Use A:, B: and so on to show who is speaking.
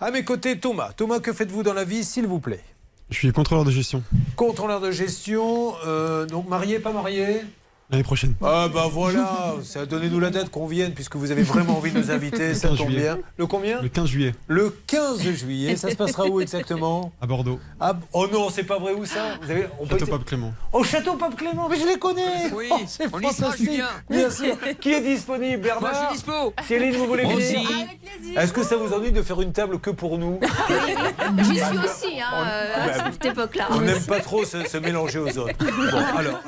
A: À mes côtés, Thomas. Thomas, que faites-vous dans la vie, s'il vous plaît
B: Je suis contrôleur de gestion.
A: Contrôleur de gestion, euh, donc marié, pas marié
B: L'année prochaine.
A: Ah bah voilà, ça donnez-nous la date qu'on vienne puisque vous avez vraiment envie de nous inviter, ça
B: 15
A: tombe
B: juillet.
A: bien. Le combien
B: Le 15 juillet,
A: Le 15 juillet, ça se passera où exactement
B: à Bordeaux.
A: Ah, Oh non, c'est pas vrai où ça Vous avez- on peut-
B: Château Pape Clément.
A: Au château Pape Clément, mais je les connais
C: Oui,
A: Oh, c'est
C: on y sera,
A: fantastique.
C: Julien.
A: Bien sûr. Qui est disponible,
C: Moi, je
A: Bernard
C: suis dispo.
A: Céline, vous voulez
C: Moi
A: venir
C: aussi.
D: Avec plaisir.
A: Est-ce que ça vous ennuie de faire une table que pour nous
D: J'y suis aussi hein, euh,
A: bah,
D: à cette époque-là.
A: On n'aime pas trop se, se mélanger aux autres. Bon, alors.